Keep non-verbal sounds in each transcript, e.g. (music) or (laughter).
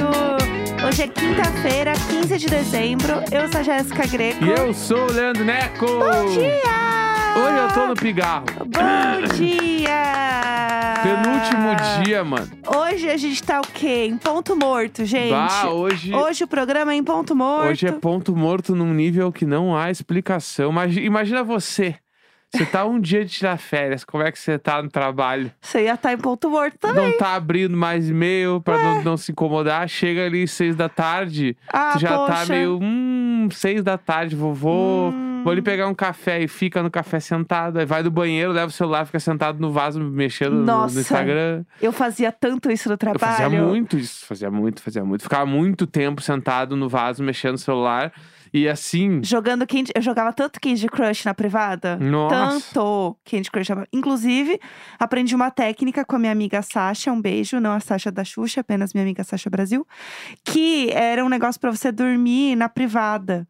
um Hoje é quinta-feira, 15 de dezembro. Eu sou a Jéssica Greco. E eu sou o Leandro Neco! Bom dia! Hoje eu tô no pigarro. Bom dia! Penúltimo dia, mano. Hoje a gente tá o quê? Em ponto morto, gente. Bah, hoje, Hoje o programa é em ponto morto. hoje é ponto morto num nível que não há explicação. Imagi- Imagina você. Você tá um dia de tirar férias, como é que você tá no trabalho? Você ia estar em ponto morto também. Não tá abrindo mais e-mail pra não, não se incomodar. Chega ali às seis da tarde, É. Ah, tu já poxa. Hum. tá meio. Hum, seis da tarde, vovô. Vou ali pegar um café e fica no café sentado. Aí vai do banheiro, leva o celular, fica sentado no vaso, mexendo no- Nossa. no Instagram. Eu fazia tanto isso no trabalho. Eu fazia muito isso, fazia muito, fazia muito. Ficava muito tempo sentado no vaso, mexendo no celular. E assim, Jogando Candy... Eu jogava tanto Candy Crush na privada. nossa. Tanto assim Candy Crush. na- Inclusive, aprendi uma técnica com a minha amiga Sasha. Um beijo, não a Sasha da Xuxa, apenas minha amiga Sasha Brasil. Que era um negócio pra você dormir na privada.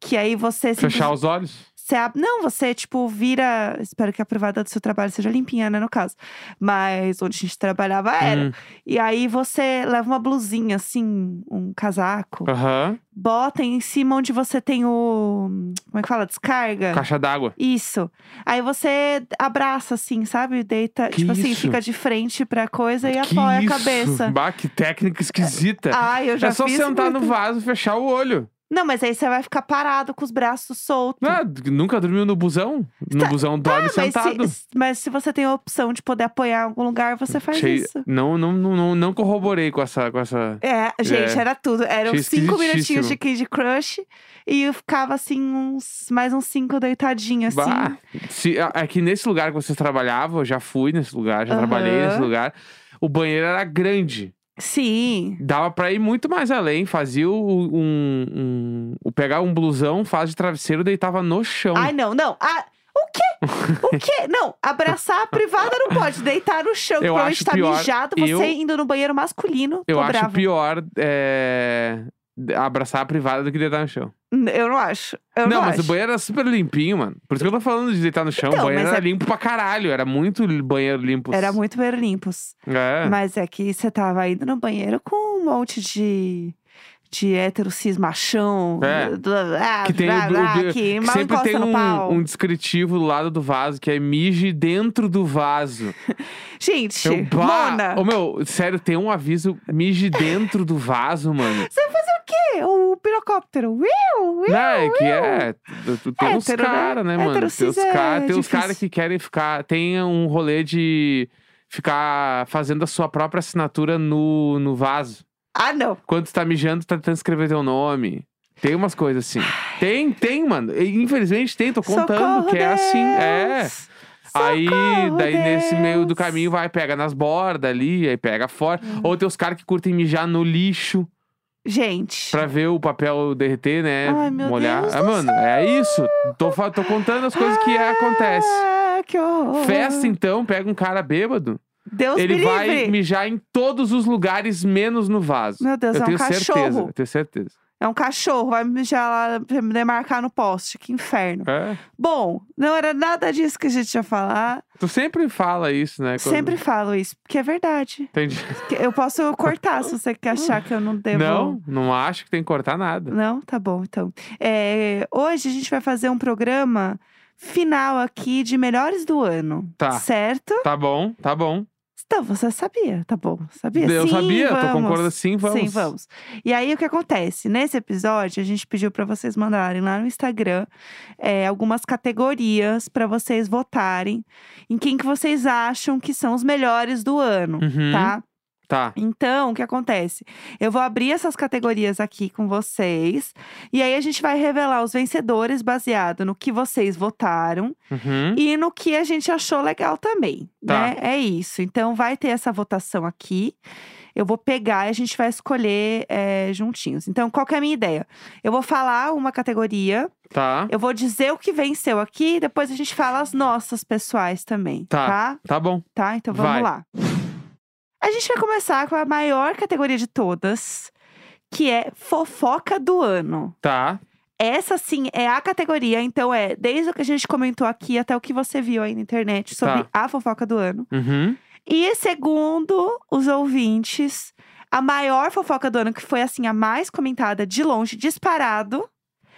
Que aí você... Fechar simples- os olhos? você ab- Não, você, tipo, vira... Espero que a privada do seu trabalho seja limpinha, né, no caso. Mas onde a gente trabalhava era. Hum, E aí você leva uma blusinha, assim, um casaco. Aham. Bota em cima onde você tem o... Como é que fala? Descarga? Caixa d'água. Isso. Aí você abraça, assim, sabe? Deita, Que tipo assim, isso? fica de frente pra coisa e que apoia isso? a cabeça. Bah, que técnica esquisita. Ah, eu já (laughs) é só fiz sentar muito. no vaso e fechar o olho. Não, mas aí você vai ficar parado com os braços soltos. Ah, nunca dormiu no busão? No busão dorme Tá, mas, sentado. se, mas se você tem a opção de poder apoiar em algum lugar, você faz Achei- isso. Não, não, não, não- não corroborei com essa, com essa. É, gente, É. era tudo. Eram Achei cinco minutinhos esquisitíssimo. de Candy Crush e eu ficava assim, uns mais uns cinco deitadinhos, assim. Bah, se, a- é que nesse lugar que vocês trabalhavam, eu já fui nesse lugar, já Aham. trabalhei nesse lugar. O banheiro era grande. Sim. Dava pra ir muito mais além. Fazia o, um, um- o pegar um blusão, faz de travesseiro, deitava no chão. Ai, não, não. Ah, o quê? (laughs) O quê? Não, abraçar a privada não pode. Deitar no chão, que Eu provavelmente acho tá pior- mijado, você eu- indo no banheiro masculino. eu tô acho brava. pior é, abraçar a privada do que deitar no chão. N- Eu não acho. Eu não, não, mas acho. o banheiro era super limpinho, mano. Por isso que eu tô falando de deitar no chão. Então, o banheiro mas era é- limpo pra caralho. Era muito li- banheiro limpo. Era muito banheiro limpos. É. Mas é que você tava indo no banheiro com um monte de. De hétero cis machão. É. blá, blá, Que tem blá, o- blá, o- que que mal sempre encosta tem no um, pau. um descritivo do lado do vaso, que é mije dentro do vaso. Gente, Eu, bah, Mona, Ô, meu, sério, tem um aviso mije dentro do vaso, mano. você vai fazer o quê? é, O pirocóptero. Uiu, uiu. Não, é que é. tu- tu- Tem uns Hétero, né? caras, né, mano? Hétero Tem cis uns é caras difícil. cara que querem ficar. Tem um rolê de ficar fazendo a sua própria assinatura no, no vaso. Ah, não. Quando tu tá mijando, tu tá tentando escrever teu nome. Tem umas coisas assim. Tem, tem, mano. E, Infelizmente tem, tô contando Socorro, que é assim. É. Deus. Aí, Socorro, daí nesse meio do Deus. Hum. caminho, vai, pega nas bordas ali, aí pega fora. Ou tem os caras que curtem mijar no lixo. Gente. Pra ver o papel derreter, né? Ai, meu molhar. Deus ah, do mano, é isso. Tô, fa- tô contando as coisas que acontecem. Ah, que horror. Festa, então, pega um cara bêbado, Deus ele me vai livre. mijar em todos os lugares, menos no vaso. Meu Deus, eu é um tenho certeza, cachorro. eu tenho certeza. É um cachorro, vai mijar lá, pra me demarcar no poste. Que inferno. É. Bom, não era nada disso que a gente ia falar. Tu sempre fala isso, né? quando- Sempre falo isso, porque é verdade. (laughs) Entendi. Que Eu posso cortar se você quer achar que eu não devo. Não, não acho que tem que cortar nada. Não? Tá bom, então. É, hoje a gente vai fazer um programa final aqui de melhores do ano. Tá. Certo? Tá bom, tá bom. Então, você sabia, tá bom. Sabia? eu Sim, sabia, tô vamos. concordando. Sim, vamos. Sim, vamos. E aí, o que acontece? Nesse episódio, a gente pediu para vocês mandarem lá no Instagram é, algumas categorias para vocês votarem em quem que vocês acham que são os melhores do ano, Uhum, tá? Tá. Então, o que acontece? Eu vou abrir essas categorias aqui com vocês. E aí, a gente vai revelar os vencedores baseado no que vocês votaram Uhum, e no que a gente achou legal também, Tá. né? É isso. Então vai ter essa votação aqui. Eu vou pegar e a gente vai escolher é, juntinhos. Então, qual que é a minha ideia? Eu vou falar uma categoria, Tá. eu vou dizer o que venceu aqui, e depois a gente fala as nossas pessoais também, Tá. tá? Tá bom. Tá? Então vamos Vai. lá. A gente vai começar com a maior categoria de todas, que é fofoca do ano. Tá. Essa sim é a categoria, então é desde o que a gente comentou aqui até o que você viu aí na internet sobre a fofoca do ano. Uhum. E segundo os ouvintes, A maior fofoca do ano, que foi assim, a mais comentada de longe, disparado,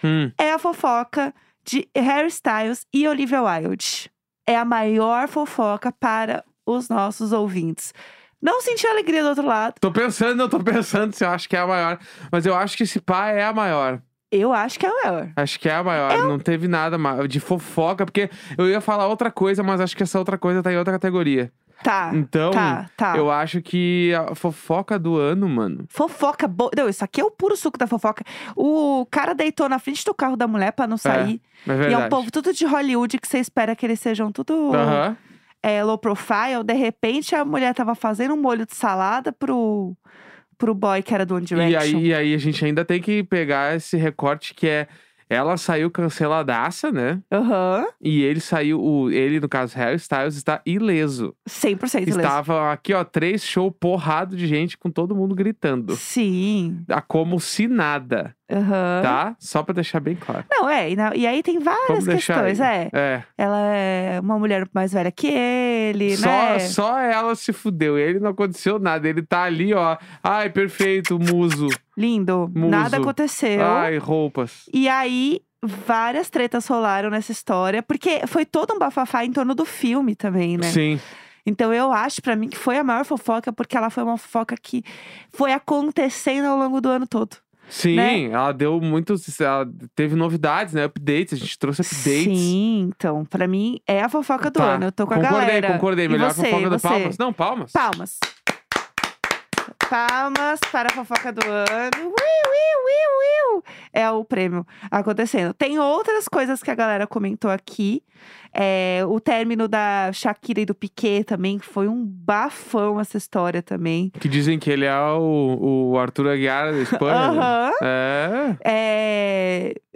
Hum. é a fofoca de Harry Styles e Olivia Wilde. É a maior fofoca para os nossos ouvintes. Não senti alegria do outro lado. Tô pensando, eu tô pensando se eu acho que é a maior. Mas eu acho que esse pá é a maior. Eu acho que é o maior. Acho que é a maior. Não teve nada ma- de fofoca, porque eu ia falar outra coisa, mas acho que essa outra coisa tá em outra categoria. Tá. Então, tá, tá. eu acho que a fofoca do ano, mano. Fofoca boa. Não, isso aqui é o puro suco da fofoca. O cara deitou na frente do carro da mulher pra não sair. É verdade. E é um povo tudo de Hollywood que você espera que eles sejam tudo Aham. é, low profile. De repente, a mulher tava fazendo um molho de salada pro, pro boy que era do One Direction. E, aí, e aí a gente ainda tem que pegar esse recorte que é. Ela saiu canceladaça, né? Aham. E ele saiu, o, ele, no caso, Harry Styles, está ileso. 100% ileso. Estava aqui, ó, três show porrado de gente com todo mundo gritando. Sim. Ah, Como se nada, Aham. tá? Só pra deixar bem claro. Não, é. E, na- e aí tem várias Vamos deixar questões. aí. É. Ela é uma mulher mais velha que ele, Só, né? só ela se fudeu. Ele não aconteceu nada. Ele tá ali, ó. Ai, perfeito, muso. Lindo. Muso. Nada aconteceu. Ai, roupas. E aí, várias tretas rolaram nessa história, porque foi todo um bafafá em torno do filme também, né? Sim. Então eu acho pra mim que foi a maior fofoca, porque ela foi uma fofoca que foi acontecendo ao longo do ano todo. Sim, Né? ela deu muitos. Ela teve novidades, né? Updates, a gente trouxe updates. Sim, então, pra mim é a fofoca do Tá. ano. Eu tô com a concordei, galera. Concordei, E Melhor você, fofoca e do você? Palmas. Não, Palmas. Palmas. Palmas para a fofoca do ano. Ui, ui, ui, ui. É o prêmio acontecendo. Tem outras coisas que a galera comentou aqui. É, o término da Shakira e do Piquet também que foi um bafão essa história também. Que dizem que ele é o, o Arthur Aguiar da Espanha. né? Aham. É.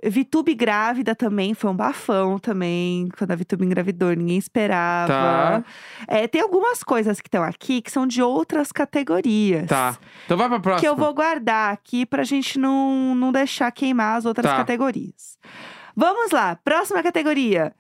É, Vitube grávida também foi um bafão também. Quando a Vitube engravidou, ninguém esperava. Tá. É, tem algumas coisas que estão aqui que são de outras categorias. Tá. Então vai pra próxima. que eu vou guardar aqui pra gente não, não deixar queimar as outras Tá. categorias. categorias. Vamos lá, próxima categoria.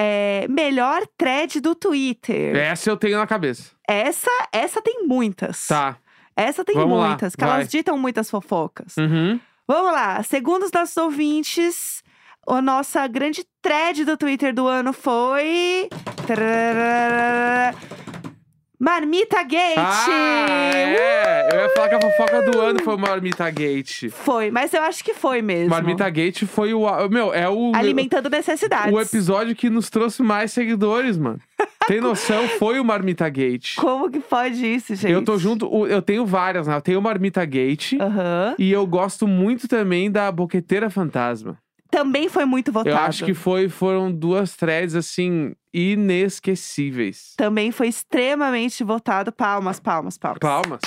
É, melhor thread do Twitter. Essa eu tenho na cabeça. Essa, essa tem muitas. É. Tá. Essa tem Vamos lá, muitas, que vai. elas ditam muitas fofocas. Uhum. Vamos lá, segundo os nossos ouvintes, a nossa grande thread do Twitter do ano foi. Tararara. Marmita Gate! Uh! Ah, é. Eu ia falar que a fofoca do ano foi o Marmita Gate. Foi, mas eu acho que foi mesmo. Marmita Gate foi o. Meu, é o. Alimentando necessidades. O episódio que nos trouxe mais seguidores, mano. Tem noção? (laughs) Foi o Marmita Gate. Como que pode isso, gente? Eu tô junto, o- eu tenho várias, né? Eu tenho o Marmita Gate. Aham. E eu gosto muito também da Boqueteira Fantasma. Também foi muito votado. Eu acho que foi, foram duas threads, assim, inesquecíveis. Também foi extremamente votado. Palmas, palmas, palmas. Palmas.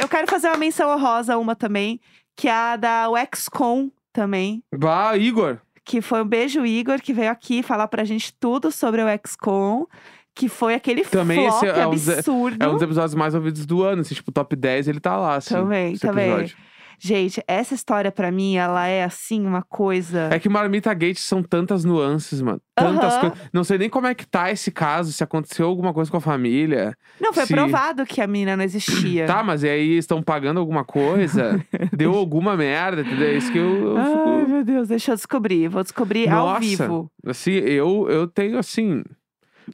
Eu quero fazer uma menção honrosa, a uma também, que é a da Wexcom também. Bah, Igor. Que foi um beijo Igor, que veio aqui falar pra gente tudo sobre o XCOM. Que foi aquele Também flop esse é um ze- absurdo. É um dos episódios mais ouvidos do ano, assim, tipo, top 10, ele tá lá, assim. Também, esse também. episódio. Gente, essa história pra mim, ela é assim, uma coisa... É que Marmita Gate são tantas nuances, mano. Tantas Aham. coisas. Não sei nem como é que tá esse caso, se aconteceu alguma coisa com a família. Não, foi se- provado que a menina não existia. Tá, mas e aí estão pagando alguma (laughs) coisa? Deu alguma merda, entendeu? É isso que eu, eu Ai, fico. meu Deus, deixa eu descobrir. Vou descobrir Nossa. ao vivo. Assim, eu, eu tenho, assim,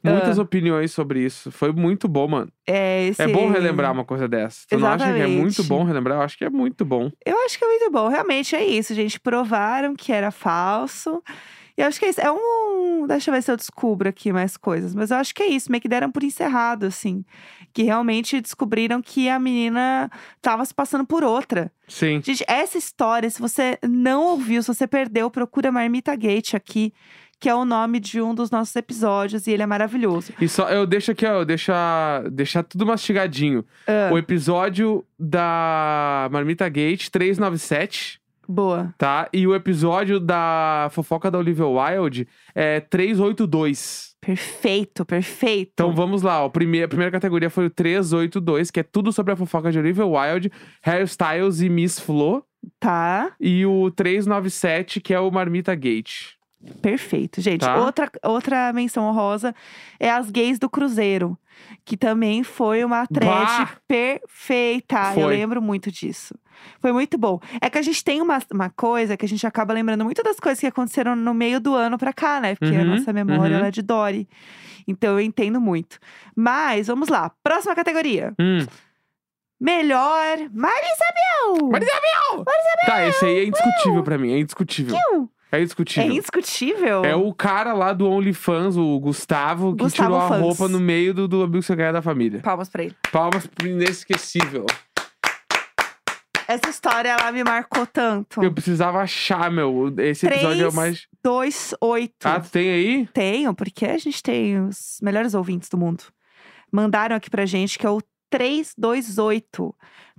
Ah. muitas opiniões sobre isso. Foi muito bom, mano. É, esse... É bom relembrar uma coisa dessa. Tu não acha que é muito Exatamente. bom relembrar? Eu acho que é muito bom. Eu acho que é muito bom. Realmente é isso, gente. Provaram que era falso. E eu acho que é isso. É um. Deixa eu ver se eu descubro aqui mais coisas. Mas eu acho que é isso. Meio que deram por encerrado, assim. Que realmente descobriram que a menina tava se passando por outra. Sim. Gente, essa história, se você não ouviu, se você perdeu, procura Marmita Gate aqui, que é o nome de um dos nossos episódios. E ele é maravilhoso. E só, eu deixo aqui, ó, eu deixo, a- deixar tudo mastigadinho. Ah. O episódio da Marmita Gate 397, Boa. tá? E o episódio da fofoca da Olivia Wilde é 382. Perfeito, perfeito. Então vamos lá, ó. Prime- a primeira categoria foi o 382, que é tudo sobre a fofoca de Olivia Wilde, Harry Styles e Miss Flo. Tá. E o 397, que é o Marmita Gate. Perfeito, gente. Tá. Outra, outra menção honrosa é as gays do Cruzeiro, que também foi uma thread Bah! perfeita. Eu Foi. lembro muito disso. Foi muito bom. É que a gente tem uma, uma coisa que a gente acaba lembrando muito das coisas que aconteceram no meio do ano pra cá, né? Porque a Uhum, nossa memória uhum. ela é de Dory. Então eu entendo muito. Mas vamos lá. Próxima categoria. Hum. Melhor Marisabel! Maria Isabel! Tá, esse aí é indiscutível pra mim. É indiscutível. É É indiscutível. indiscutível. É o cara lá do OnlyFans, o Gustavo, que Gustavo tirou a Fans. roupa no meio do, do amigo secreto da família. Palmas pra ele. Palmas pro inesquecível. Essa história, ela me marcou tanto. Eu precisava achar, meu. Esse episódio é o Três. mais. 2,8. Ah, tu tem aí? Tenho, porque a gente tem os melhores ouvintes do mundo. Mandaram aqui pra gente, que é o 328.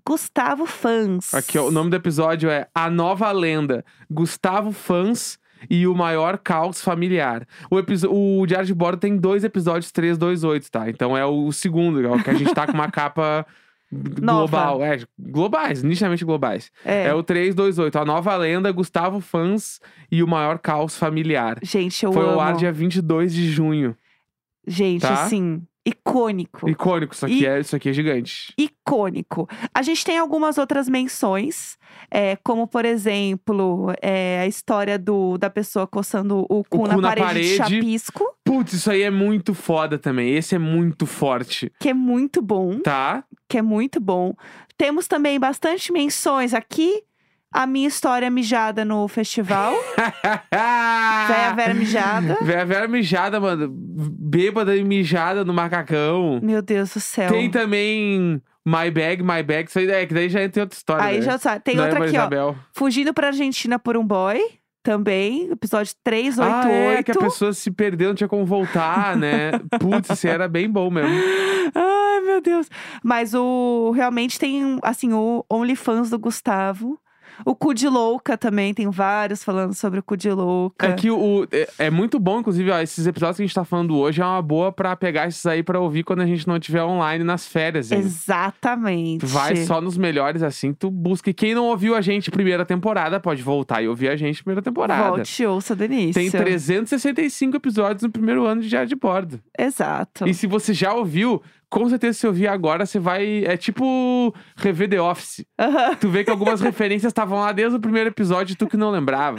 Gustavo Fans. Aqui, ó, o nome do episódio é A Nova Lenda. Gustavo Fans e o Maior Caos Familiar. O, episo- o Diário de Bordo tem dois episódios 328, tá? Então é o segundo, é o que a gente tá com uma (laughs) capa Nova. global. É, globais, nitidamente globais. É. É o 328, a nova lenda, Gustavo Fans e o maior caos familiar. Gente, eu Foi amo. ao ar dia 22 de junho. Gente, tá? assim, icônico. Icônico, isso aqui, é, isso aqui é gigante. Icônico. A gente tem algumas outras menções, é, como, por exemplo, é, a história do, da pessoa coçando o cu, cu na de parede. chapisco, Putz, isso aí é muito foda também. Esse é muito forte, que é muito bom. tá? que é muito bom. Temos também bastante menções aqui. A minha história é mijada no festival. Véia Vera mijada. Ah! Véia Vera mijada, mano. Bêbada e mijada no macacão. Meu Deus do céu. Tem também My Bag, My Bag. Isso aí é que daí já entra em outra história. Aí né? já sabe. Tem Não é outra Maria aqui, Isabel. ó. Fugindo pra Argentina por um boy. Também, episódio Ah, é, que a 388. pessoa se perdeu, não tinha como voltar, (laughs) né? Putz, isso era bem bom mesmo. Ai, meu Deus. Mas o. Realmente tem, assim, o OnlyFans do Gustavo. O cu de louca também, tem vários falando sobre o cu de louca. É que o, é, é muito bom, inclusive, ó, esses episódios que a gente tá falando hoje é uma boa pra pegar esses aí pra ouvir quando a gente não estiver online nas férias. hein? Exatamente. Tu vai só nos melhores, assim, tu busca. E quem não ouviu a gente primeira temporada, pode voltar e ouvir a gente primeira temporada. Volte e ouça do início. Tem 365 episódios no primeiro ano de Diário de Bordo. Exato. E se você já ouviu, com certeza se ouvir agora, você vai... É tipo rever The Office. Aham, Tu vê que algumas referências estavam lá desde o primeiro episódio e tu que não lembrava.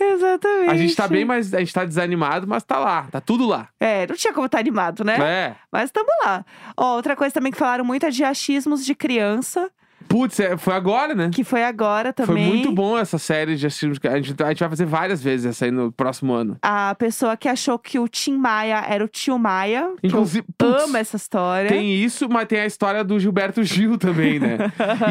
Exatamente. A gente tá bem mais. A gente tá desanimado, mas tá lá. Tá tudo lá. É, não tinha como estar animado, né? É. Mas tamo lá. Ó, outra coisa também que falaram muito é de achismos de criança, Putz, é, foi agora, né? que foi agora também. Foi muito bom essa série de assistirmos. A gente, a gente vai fazer várias vezes essa aí no próximo ano. A pessoa que achou que o Tim Maia era o tio Maia. que eu Inclusive, putz, amo essa história. tem isso, mas tem a história do Gilberto Gil (laughs) também, né?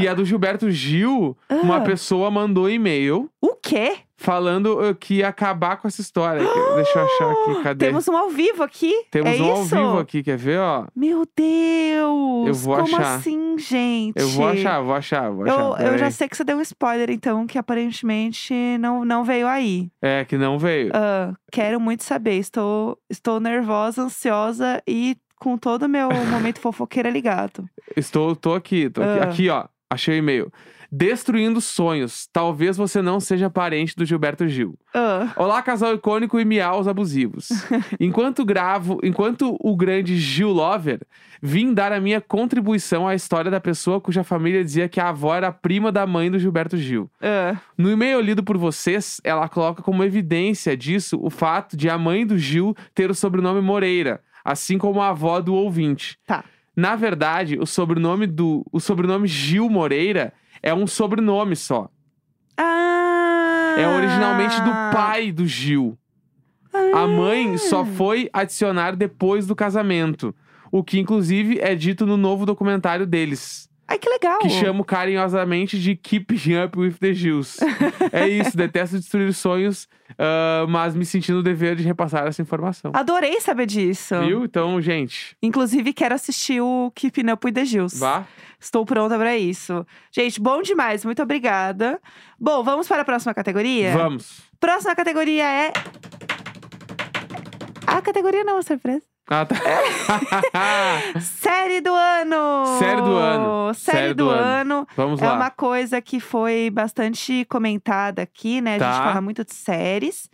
e a do Gilberto Gil, uma Ah. pessoa mandou e-mail O quê? falando eh, que ia acabar com essa história. Deixa eu achar aqui, cadê? Temos um ao vivo aqui. Temos é um ao isso? vivo aqui, quer ver, ó? Meu Deus! Eu vou como achar. assim, gente? Eu vou achar, vou achar, vou achar. Eu, eu peraí. já sei que você deu um spoiler, então, que aparentemente não, não veio aí. É, que não veio. Ah, quero muito saber. Estou, estou nervosa, ansiosa e com todo o meu momento fofoqueira ligado. Estou, tô aqui, tô aqui. Ah. Aqui, ó. Achei o e-mail. Destruindo sonhos. Talvez você não seja parente do Gilberto Gil. Ah, Olá, casal icônico e miaus abusivos. Enquanto gravo, enquanto o grande Gil Lover, vim dar a minha contribuição à história da pessoa cuja família dizia que a avó era a prima da mãe do Gilberto Gil. ah. No e-mail lido por vocês, ela coloca como evidência disso o fato de a mãe do Gil ter o sobrenome Moreira, assim como a avó do ouvinte. Tá. Na verdade, o sobrenome do o sobrenome Gil Moreira é um sobrenome só. Ah! É originalmente do pai do Gil. Ah. A mãe só foi adicionar depois do casamento, o que inclusive é dito no novo documentário deles, Ai, que legal! que chamo carinhosamente de Keeping Up with the Gills. (laughs) é isso, detesto destruir sonhos, ah, mas me sentindo o dever de repassar essa informação. Adorei saber disso. Viu? Então, gente, Inclusive, quero assistir o Keeping Up with the Gills. vá. Estou pronta pra isso. Gente, bom demais. Muito obrigada. Bom, vamos para a próxima categoria? Vamos. Próxima categoria é. A categoria não, a surpresa. Ah, (laughs) tá. Série do ano! Série do ano. Série, Série do, do ano. Vamos É lá. uma coisa que foi bastante comentada aqui, né? A Tá. gente fala muito de séries.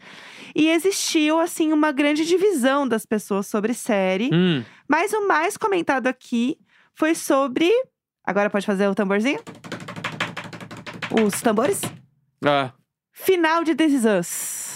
E existiu, assim, uma grande divisão das pessoas sobre série. Hum, Mas o mais comentado aqui foi sobre. Agora pode fazer o tamborzinho? Os tambores? ah, Final de This Is Us.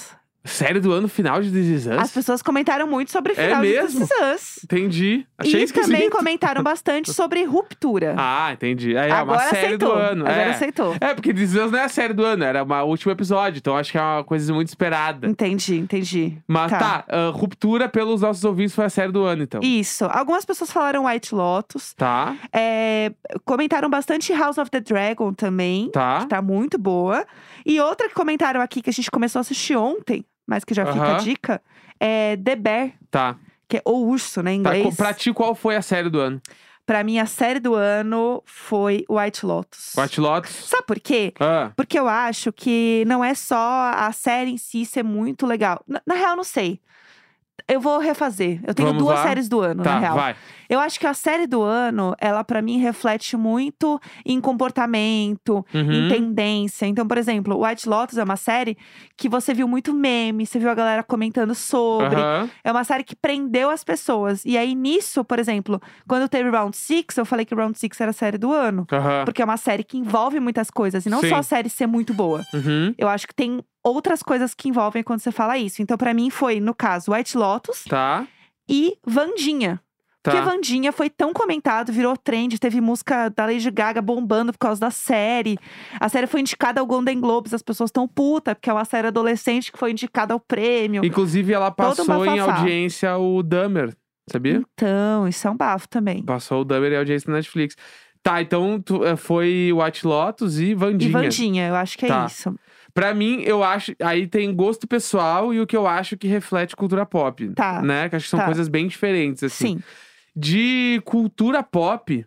série do ano final de This Is Us? As pessoas comentaram muito sobre É final de This mesmo? Is Us. Entendi. Achei e esquisito. também comentaram (laughs) bastante sobre ruptura. Ah, entendi. É, é Agora uma série aceitou. do ano. Agora é. aceitou. É, porque This Is Us não é a série do ano, era uma- o último episódio, então acho que é uma coisa muito esperada. Entendi, entendi. Mas Tá. tá, ah, Ruptura, pelos nossos ouvintes, foi a série do ano, então. Isso. Algumas pessoas falaram White Lotus. Tá, É, comentaram bastante House of the Dragon também. tá. que tá muito boa. E outra que comentaram aqui que a gente começou a assistir ontem, mas que já fica a Aham. dica, é The Bear, Tá. que é O Urso, né, em Tá, inglês. co- pra ti, qual foi a série do ano? Pra mim, a série do ano foi White Lotus. White Lotus? Sabe por quê? Ah, Porque eu acho que não é só a série em si ser muito legal. Na, na real, não sei. Eu vou refazer. Eu tenho Vamos duas lá? séries do ano, na tá, real. vai. Eu acho que a série do ano, ela pra mim reflete muito em comportamento, em Uhum. tendência. Então, por exemplo, White Lotus é uma série que você viu muito meme, você viu a galera comentando sobre. Aham. É uma série que prendeu as pessoas. E aí, nisso, por exemplo, quando teve Round Six, eu falei que Round Six era a série do ano. Aham. Porque é uma série que envolve muitas coisas. E não Ah. Sim. só a série ser muito boa. Uhum. Eu acho que tem outras coisas que envolvem quando você fala isso. Então, pra mim, foi, no caso, White Lotus Tá, e Vandinha. Porque tá. Vandinha foi tão comentado, virou trend, teve música da Lady Gaga bombando por causa da série. A série foi indicada ao Golden Globes, as pessoas estão puta, porque é uma série adolescente que foi indicada ao prêmio. Inclusive, ela Todo um passou em bafafá. audiência o Dummer, sabia? Então, isso é um bafo também. Passou o Dummer em audiência na Netflix. Tá, então tu- eh, foi White Lotus e Vandinha. E Vandinha, eu acho que é Tá. isso. Pra mim, eu acho. Aí tem gosto pessoal e o que eu acho que reflete cultura pop. Tá. Né? Que acho que são Tá. coisas bem diferentes, assim. Sim. De cultura pop,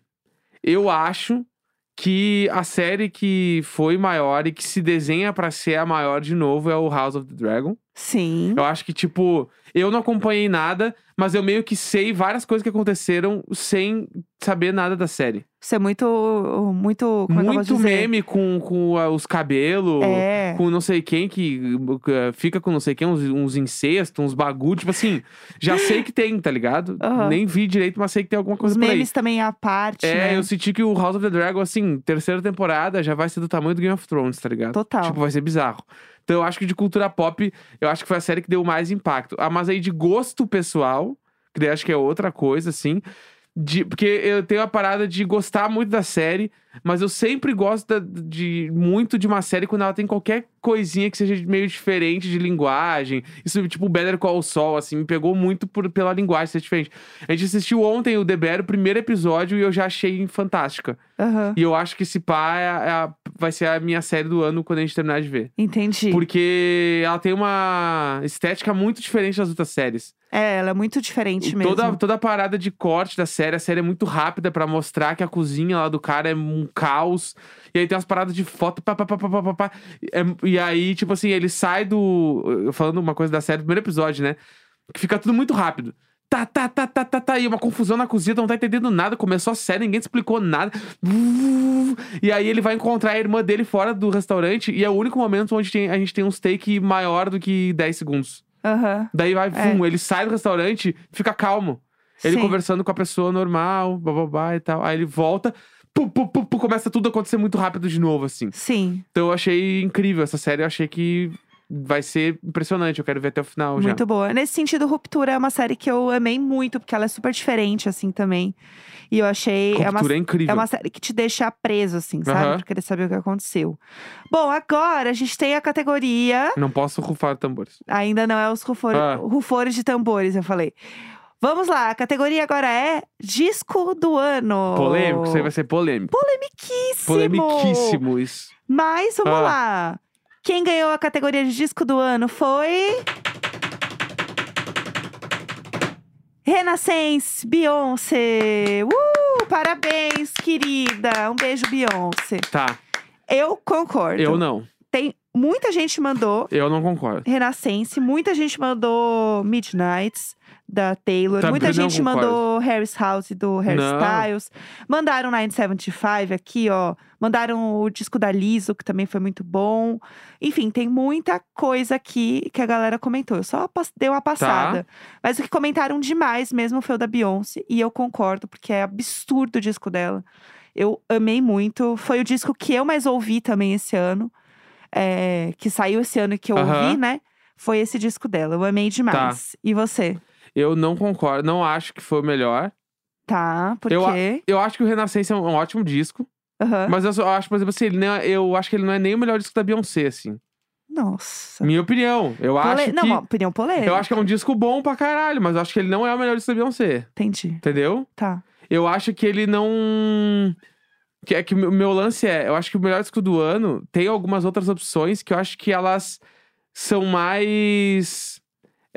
eu acho que a série que foi maior e que se desenha pra ser a maior de novo é o House of the Dragon. Sim. Eu acho que, tipo, eu não acompanhei nada, mas eu meio que sei várias coisas que aconteceram sem saber nada da série. Isso é muito. Muito. Como é que eu posso Muito dizer? meme com, com ah, os cabelos, É. com não sei quem que uh, fica com não sei quem, uns, uns incestos, uns bagulho. Tipo assim, já sei que tem, tá ligado? Aham. Nem vi direito, mas sei que tem alguma coisa Os por aí. memes também à parte. É, né? eu senti que o House of the Dragon, assim, terceira temporada já vai ser do tamanho do Game of Thrones, tá ligado? Total. Tipo, vai ser bizarro. Então eu acho que de cultura pop, eu acho que foi a série que deu mais impacto. Ah, mas aí de gosto pessoal, que daí acho que é outra coisa, assim. De, porque eu tenho a parada de gostar muito da série, mas eu sempre gosto da- de, muito de uma série quando ela tem qualquer coisinha que seja meio diferente de linguagem. Isso, tipo, Better Call Saul, assim, me pegou muito por, pela linguagem ser diferente. A gente assistiu ontem o The Bear, o primeiro episódio, e eu já achei fantástica. Aham, E eu acho que esse pá é a- é a- vai ser a minha série do ano quando a gente terminar de ver. Entendi. Porque ela tem uma estética muito diferente das outras séries. É, ela é muito diferente mesmo. Toda, toda a parada de corte da série, a série é muito rápida pra mostrar que a cozinha lá do cara é um caos. E aí tem umas paradas de foto, pá, pá, pá, pá, pá, pá, pá. É- e aí, tipo assim, ele sai do. Falando uma coisa da série, do primeiro episódio, né? Que fica tudo muito rápido. Tá, tá, tá, tá, tá, tá. E uma confusão na cozinha, tu não tá entendendo nada. Começou a série, ninguém te explicou nada. E aí ele vai encontrar a irmã dele fora do restaurante. E é o único momento onde tem- a gente tem um steak maior do que 10 segundos. Aham, Daí vai, É. vum, ele sai do restaurante, fica calmo. Ele sim. conversando com a pessoa normal, bababá e tal. Aí ele volta, pu, pu, pu, pu, começa tudo a acontecer muito rápido de novo, assim. Sim. Então eu achei incrível essa série, eu achei que vai ser impressionante. Eu quero ver até o final Então, já. Muito boa. Nesse sentido, Ruptura é uma série que eu amei muito, porque ela é super diferente, assim, também. E eu achei. A É uma, cultura é incrível. é uma série que te deixa preso, assim, sabe? Aham. Pra querer saber o que aconteceu. Bom, agora a gente tem a categoria. Não posso rufar tambores. Ainda não é os rufor- Ah. rufores de tambores, eu falei. Vamos lá, a categoria agora é Disco do Ano. Polêmico, isso aí vai ser polêmico. Polemiquíssimo. Polemiquíssimo isso. Mas vamos Ah. lá. Quem ganhou a categoria de disco do ano foi. Renascença, Beyoncé. Uh, parabéns, querida. Um beijo, Beyoncé. Tá, Eu concordo. eu não. tem muita gente mandou Eu não concordo. Renascense, muita gente mandou Midnights da Taylor, Também muita Tá, não gente concordo. mandou Harris House do Harry Não. Styles, mandaram 975 aqui, ó, mandaram o disco da Liso, que também foi muito bom. Enfim, tem muita coisa aqui que a galera comentou. Eu só pas- dei Tá. uma passada. Mas o que comentaram demais mesmo foi o da Beyoncé, e eu concordo, porque é absurdo o disco dela. Eu amei muito. Foi o disco que eu mais ouvi também esse ano. é, que saiu esse ano e que eu Aham. Tá. ouvi, né? Foi esse disco dela. Eu amei demais. E você? Eu não concordo, não acho que foi o melhor. Tá, por Eu a- quê? Eu acho que o Renascença é um um ótimo disco. Aham. Mas eu, só- eu acho, por exemplo, assim, ele não é- eu acho que ele não é nem o melhor disco da Beyoncé, assim. Nossa. Minha opinião. Eu Tá. Pole- acho Não, que. uma opinião polêmica. Eu acho que é um disco bom pra caralho, mas eu acho que ele não é o melhor disco da Beyoncé, Entendi. entendeu? Tá. Eu acho que ele não. Que é que o meu- meu lance é, eu acho que o melhor disco do ano tem algumas outras opções que eu acho que elas são mais.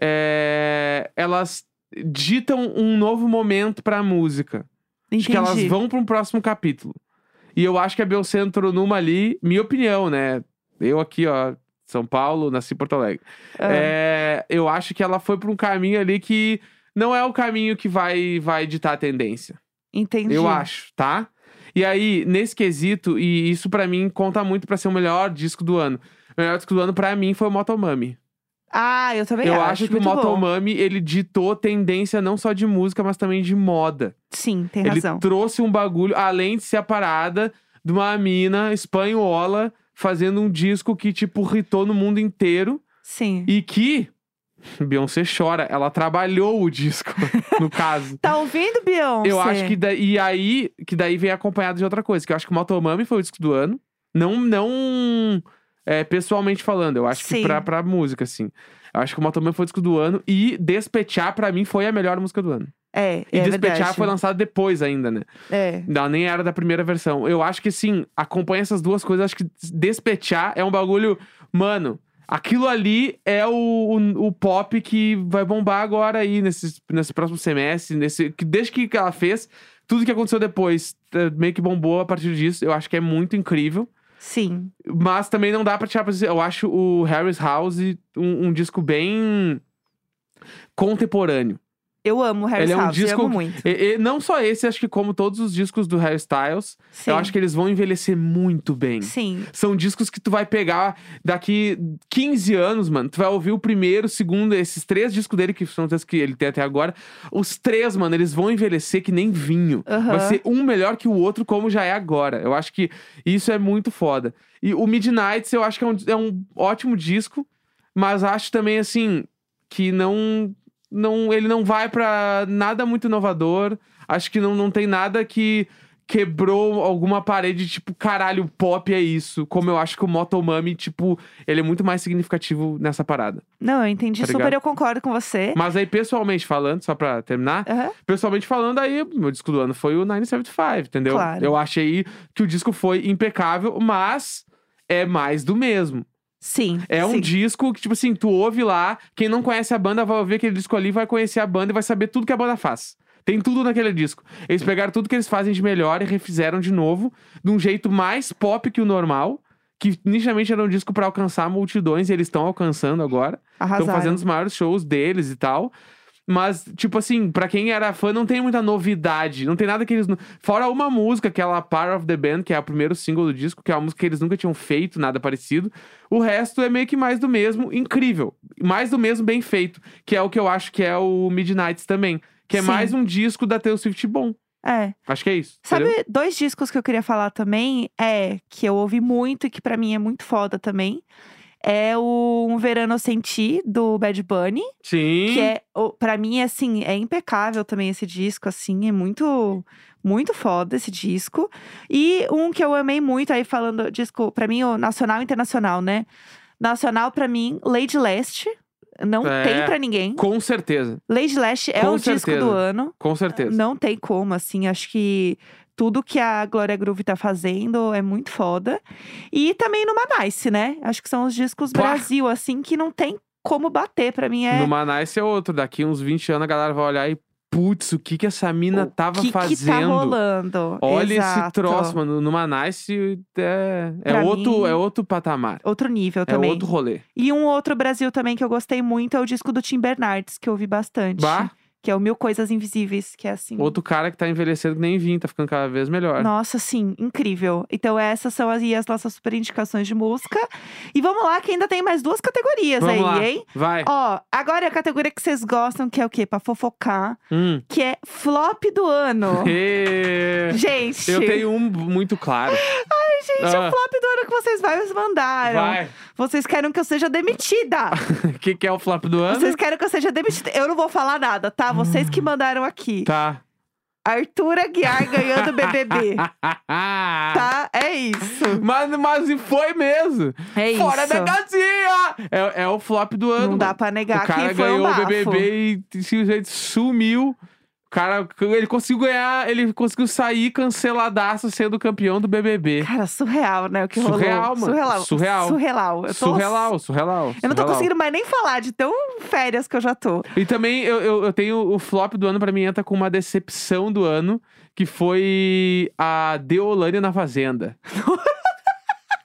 é, elas ditam um novo momento pra música. Entendi. Acho que elas vão pra um próximo capítulo. E eu acho que a Beyoncé entrou numa ali, minha opinião, né? Eu aqui, ó, São Paulo, nasci em Porto Alegre. Ah, É, eu acho que ela foi pra um caminho ali que não é o caminho que vai, vai ditar a tendência. Entendi. Eu acho, tá? E aí, nesse quesito, e isso pra mim conta muito pra ser o melhor disco do ano. O melhor disco do ano pra mim foi o Motomami. Ah, eu também eu acho. acho que o muito bom. Motomami, ele ditou tendência não só de música, mas também de moda. Sim, tem ele razão. trouxe um bagulho, além de ser a parada de uma mina espanhola fazendo um disco que, tipo, ritou no mundo inteiro. Sim. E que Beyoncé chora, ela trabalhou o disco, (laughs) no caso. Tá ouvindo, Beyoncé? Eu acho que da- e aí que daí vem acompanhado de outra coisa, que eu acho que o Motomami foi o disco do ano. Não não é, pessoalmente falando, eu acho Sim. que pra, pra música assim. Eu acho que o Motomami foi o disco do ano e Despechar pra mim foi a melhor música do ano. É, E é Despechar verdade. foi lançado depois ainda, né? É. Não, nem era da primeira versão. Eu acho que sim, acompanha essas duas coisas. Acho que despechar é um bagulho. Mano, aquilo ali é o, o, o pop que vai bombar agora aí nesse, nesse próximo semestre. Nesse, que desde que ela fez, tudo que aconteceu depois eh, meio que bombou a partir disso. Eu acho que é muito incrível. Sim. Mas também não dá pra tirar pra dizer. Eu acho o Harris House um, um disco bem contemporâneo. Eu amo Harry Ele é um Styles, eu disco- amo muito. E- e não só esse, acho que como todos os discos do Harry Styles. Sim. Eu acho que eles vão envelhecer muito bem. Sim. São discos que tu vai pegar daqui 15 anos, mano. Tu vai ouvir o primeiro, o segundo, esses três discos dele, que são os três que ele tem até agora. Os três, mano, eles vão envelhecer que nem vinho. Aham. Vai ser um melhor que o outro, como já é agora. Eu acho que isso é muito foda. E o Midnights, eu acho que é um, é um ótimo disco, mas acho também, assim, que não. não ele não vai pra nada muito inovador. Acho que não, não tem nada que quebrou alguma parede, tipo, caralho, o pop é isso. Como eu acho que o Motomami, tipo, ele é muito mais significativo nessa parada. Não, eu entendi Tá super, ligado? eu concordo com você. Mas aí, pessoalmente falando, só pra terminar, Aham. pessoalmente falando, aí, meu disco do ano foi o 975, entendeu? Claro. Eu achei que o disco foi impecável, mas é mais do mesmo. Sim. É sim. um disco que, tipo assim, tu ouve lá, quem não conhece a banda vai ouvir aquele disco ali, vai conhecer a banda e vai saber tudo que a banda faz. Tem tudo naquele disco. Eles pegaram tudo que eles fazem de melhor e refizeram de novo, de um jeito mais pop que o normal, que nitidamente era um disco pra alcançar multidões e eles estão alcançando agora. Estão Arrasaram. fazendo os maiores shows deles e tal. Mas, tipo assim, pra quem era fã, não tem muita novidade. Não tem nada que eles. nu- Fora uma música, aquela Power of the Band, que é o primeiro single do disco, que é uma música que eles nunca tinham feito, nada parecido. O resto é meio que mais do mesmo, incrível. Mais do mesmo, bem feito. Que é o que eu acho que é o Midnights também. Que é Sim. mais um disco da Taylor Swift bom. É. Acho que é isso. Sabe, entendeu? dois discos que eu queria falar também é que eu ouvi muito e que pra mim é muito foda também. É o Um Verano Sem Ti, do Bad Bunny. Sim. Que é, o- pra mim, é, assim, é impecável também esse disco, assim, é muito, muito foda esse disco. E um que eu amei muito, aí falando, disco, pra mim, o nacional e internacional, né? Nacional, pra mim, Lady Leste. Não É. tem pra ninguém. Com certeza. Lady Leste é Com o disco certeza. do ano. Com certeza. Não tem como, assim. Acho que tudo que a Glória Groove tá fazendo é muito foda. E também numa Nice, né? Acho que são os discos Pá! Brasil, assim, que não tem como bater. Pra mim é. No Manais é outro. Daqui uns 20 anos a galera vai olhar e putz, o que que essa mina tava o que fazendo? que tá rolando? Olha esse Exato. troço, mano. Numa Nice é, é Pra outro, mim- é outro patamar. Outro nível É também. outro rolê. E um outro Brasil também que eu gostei muito é o disco do Tim Bernardes, que eu ouvi bastante. Bah, Que é o Mil Coisas Invisíveis, que é assim. outro cara que tá envelhecendo que nem vinho, tá ficando cada vez melhor. Nossa, sim, incrível. Então, essas são as, as nossas super indicações de música. E vamos lá, que ainda tem mais duas categorias Vamos aí, lá. hein? Vai. Ó, agora é a categoria que vocês gostam, que é o quê? Pra fofocar, Hum. que é flop do ano. Ê, Gente, (laughs) Eu tenho um muito claro. (laughs) gente, é Ah. o flop do ano que vocês mais mandaram. Vai. Vocês querem que eu seja (laughs) demitida. O que, que é o flop do ano? Vocês querem que eu seja demitida. Eu não vou falar nada, tá? Vocês que mandaram aqui. Tá. Arthur Aguiar ganhando (laughs) o BBB. tá? É isso. Mas, mas e foi mesmo. É Fora isso. da casinha! É, é o flop do ano. Não dá mano. pra negar O cara que foi um ganhou bafo. o BBB e simplesmente sumiu. O cara, ele conseguiu ganhar, ele conseguiu sair canceladaço sendo campeão do BBB. Cara, surreal, né? O que Surreal, rolou. mano. Surreal, Surreal. Surreal. Eu tô... Surreal, surreal. Eu não tô surreal. conseguindo mais nem falar de tão férias que eu já tô. E também eu, eu, eu tenho o flop do ano, pra mim, entra com uma decepção do ano, que foi a Deolane (laughs) na Fazenda.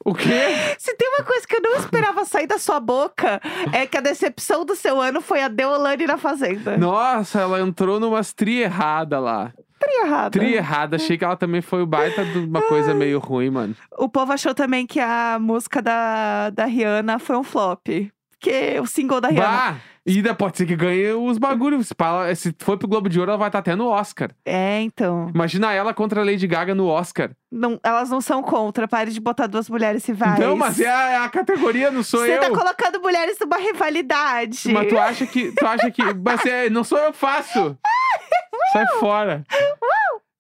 o quê? Se tem uma coisa que eu não esperava sair da sua boca, é que a decepção do seu ano foi a Deolane na Fazenda. Nossa, ela entrou numas tri errada lá. Tá errado. Tri errada. Achei que ela também foi o baita de uma coisa meio ruim, mano. O povo achou também que a música da, da Rihanna foi um flop. Porque o single da Rihanna. Bah! E ainda pode ser que ganhe os bagulhos. Se pá- Se for pro Globo de Ouro, ela vai estar até no Oscar. É, então. Imagina ela contra a Lady Gaga no Oscar. Não- elas não são contra. Pare de botar duas mulheres rivais. Não, mas é a, é a categoria, não sou Você eu. tá colocando mulheres numa rivalidade. Mas tu acha que. Tu acha que. Mas é, não sou eu (laughs) que faço! Sai fora!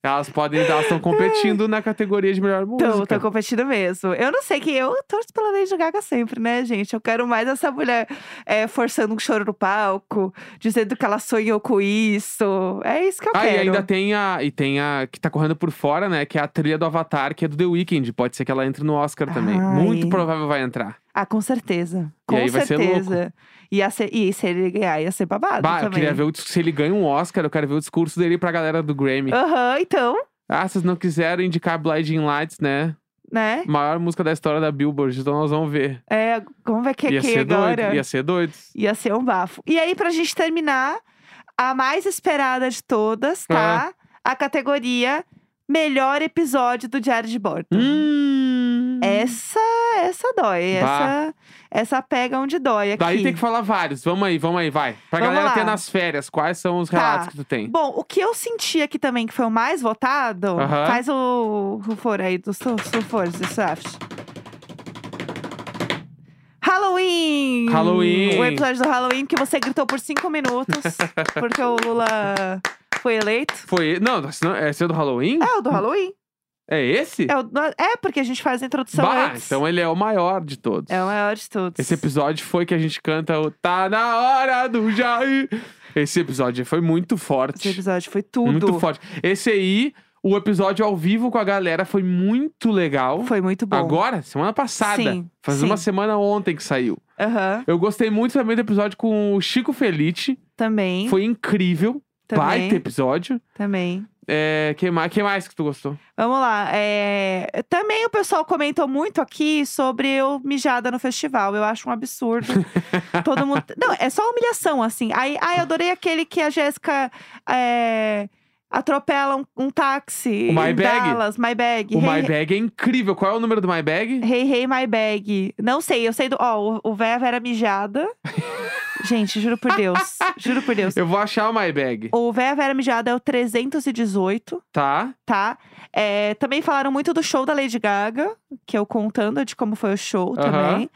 Elas podem. Elas estão competindo na categoria de melhor Então, música. tô competindo mesmo. Eu não sei que eu torço pela Lady Gaga sempre, né, gente? Eu quero mais essa mulher é, forçando um choro no palco, dizendo que ela sonhou com isso. É isso que eu Ah, e quero. ainda tem a. E tem a que tá correndo por fora, né? Que é a trilha do Avatar, que é do The Weeknd. Pode ser que ela entre no Oscar também. Ai. Muito provável vai entrar. Ah, com certeza. E Com aí vai ser certeza. louco. Ia ser, e se ele ganhar, ia ser babado Bah, eu Tá, também. queria ver o dis- se ele ganha um Oscar, eu quero ver o discurso dele pra galera do Grammy. Aham, então, Ah, vocês não quiseram indicar Blinding Lights, né? né? Maior música da história da Billboard, então nós vamos ver. É, como vai que é Ia que ser agora? doido, ia ser doido. Ia ser um bafo. E aí, pra gente terminar, a mais esperada de todas, Ah. tá? A categoria Melhor Episódio do Diário de Bordo. Hum. Essa, essa dói. Bah. Essa, essa pega onde dói aqui. Daí tem que falar vários. Vamos aí, vamos aí, vai. Pra Vamos galera lá. ter nas férias, quais são os Tá. relatos que tu tem? Bom, o que eu senti aqui também, que foi o mais votado, Aham. faz o ruforo aí dos su- sulfores, do Shaft. Halloween! Halloween! O episódio do Halloween que você gritou por cinco minutos, (laughs) porque o Lula foi eleito. Foi. Não, esse não- esse é do Halloween? É o do Halloween. É esse? É, o do- é, porque a gente faz a introdução bah, antes. então ele é o maior de todos. É o maior de todos. Esse episódio foi que a gente canta o Tá na hora do Jair. Esse episódio foi muito Esse forte. episódio foi tudo. Muito forte. Esse aí, o episódio ao vivo com a galera foi muito legal. Foi muito bom. Agora, semana passada. Sim, Faz sim. uma semana ontem que saiu. Aham, Eu gostei muito também do episódio com o Chico Felice. Também. Foi incrível. também, Baita episódio. Também. É, que, mais, que mais que tu gostou? Vamos lá. é, Também o pessoal comentou muito aqui sobre eu mijada no festival. Eu acho um (laughs) absurdo. Todo mundo. Não, é só humilhação, assim. Aí, ai, adorei aquele que a Jéssica. é, Atropela um, um táxi. O My em Bag. Dallas, my bag. O Hey, My Bag é incrível. Qual é o número do My Bag? Hey, hey, my bag. Não sei, eu sei do. Ó, o o Veva era (laughs) mijada. Gente, juro por Deus. juro por Deus. Eu vou achar o My Bag. O Veva era mijada é o 318, Tá? tá? É, também falaram muito do show da Lady Gaga, que eu contando de como foi o show Aham. também.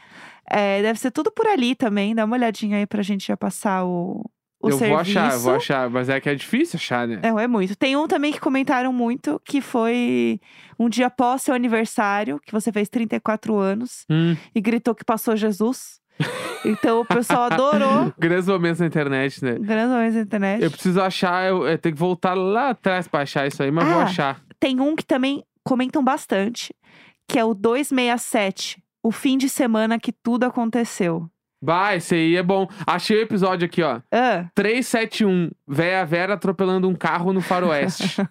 É, deve ser tudo por ali também. Dá uma olhadinha aí pra gente já passar o, o eu serviço. vou achar, eu vou achar. Mas é que é difícil achar, né? Não, é muito. Tem um também que comentaram muito, que foi um dia após seu aniversário, que você fez 34 anos Hum, e gritou que passou Jesus. (laughs) Então o pessoal adorou. grandes momentos na internet, né? Grandes homens da internet. Eu preciso achar, eu, eu tenho que voltar lá atrás pra achar isso aí, mas vou Ah. achar. Tem um que também comentam bastante, que é o 267. O fim de semana que tudo aconteceu. Vai, esse aí é bom. Achei o episódio aqui, ó. Ah, 371, véia Vera atropelando um carro no faroeste.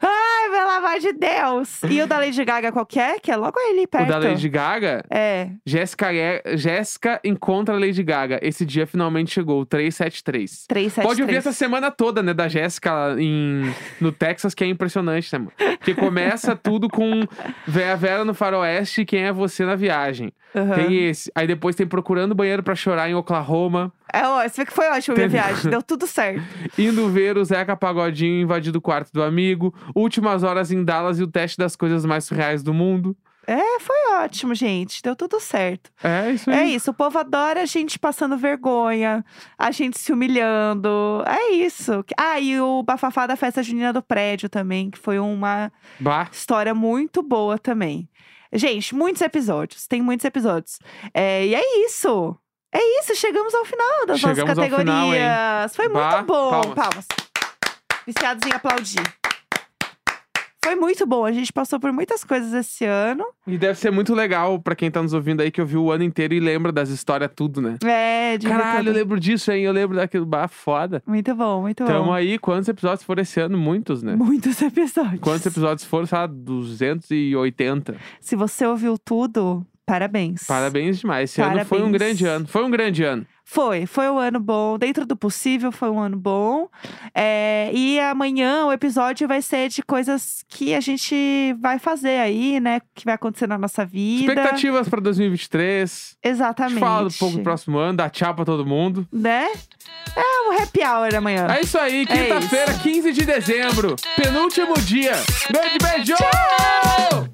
Ai, pelo amor de Deus! E o da Lady Gaga qualquer, que é logo ali o perto. da Lady Gaga, É. Jéssica, é- Jéssica encontra a Lady Gaga. Esse dia finalmente chegou, o 373. 373. Pode ouvir essa semana toda, né, da Jéssica lá em, no Texas, que é impressionante, né, mano? Que começa tudo com Véia Vera no faroeste e quem é você na viagem. Aham. Tem esse. Aí depois tem Procurando Banheiro pra Chorar em Oklahoma. É, ó, você vê que foi ótimo minha Teve- viagem. Deu tudo certo. Indo ver o Zeca Pagodinho invadindo o quarto do amigo. Últimas horas em Dallas e o teste das coisas mais surreais do mundo. É, foi ótimo, gente. Deu tudo certo. É isso aí. É isso. O povo adora a gente passando vergonha, a gente se humilhando. É isso. Ah, e o bafafá da festa junina do prédio também, que foi uma Bah. história muito boa também. Gente, muitos episódios. Tem muitos episódios. É, e é isso. É isso. Chegamos ao final das Chegamos ao nossas categorias. final, hein? foi Bah, muito bom. palmas. Viciados em aplaudir. Foi muito bom. A gente passou por muitas coisas esse ano. E deve ser muito legal pra quem tá nos ouvindo aí que ouviu o ano inteiro e lembra das histórias tudo, né? É, de Caralho, eu tudo. lembro disso, hein? Eu lembro daquilo. Bah, foda. Muito bom, muito Tamo bom. aí, quantos episódios foram esse ano? Muitos, né? Muitos episódios. Quantos episódios foram? Sei lá, 280. Se você ouviu tudo, parabéns. Parabéns demais. Esse ano foi um Parabéns. grande ano. Foi um grande ano. Foi, foi um ano bom. Dentro do possível, foi um ano bom. É, e amanhã o episódio vai ser de coisas que a gente vai fazer aí, né? Que vai acontecer na nossa vida. Expectativas pra 2023. A gente Exatamente. fala um pouco do próximo ano, dá tchau pra todo mundo. Né? É o happy hour amanhã. É isso aí, quinta-feira, 15 de dezembro. Penúltimo dia. Grande beijo!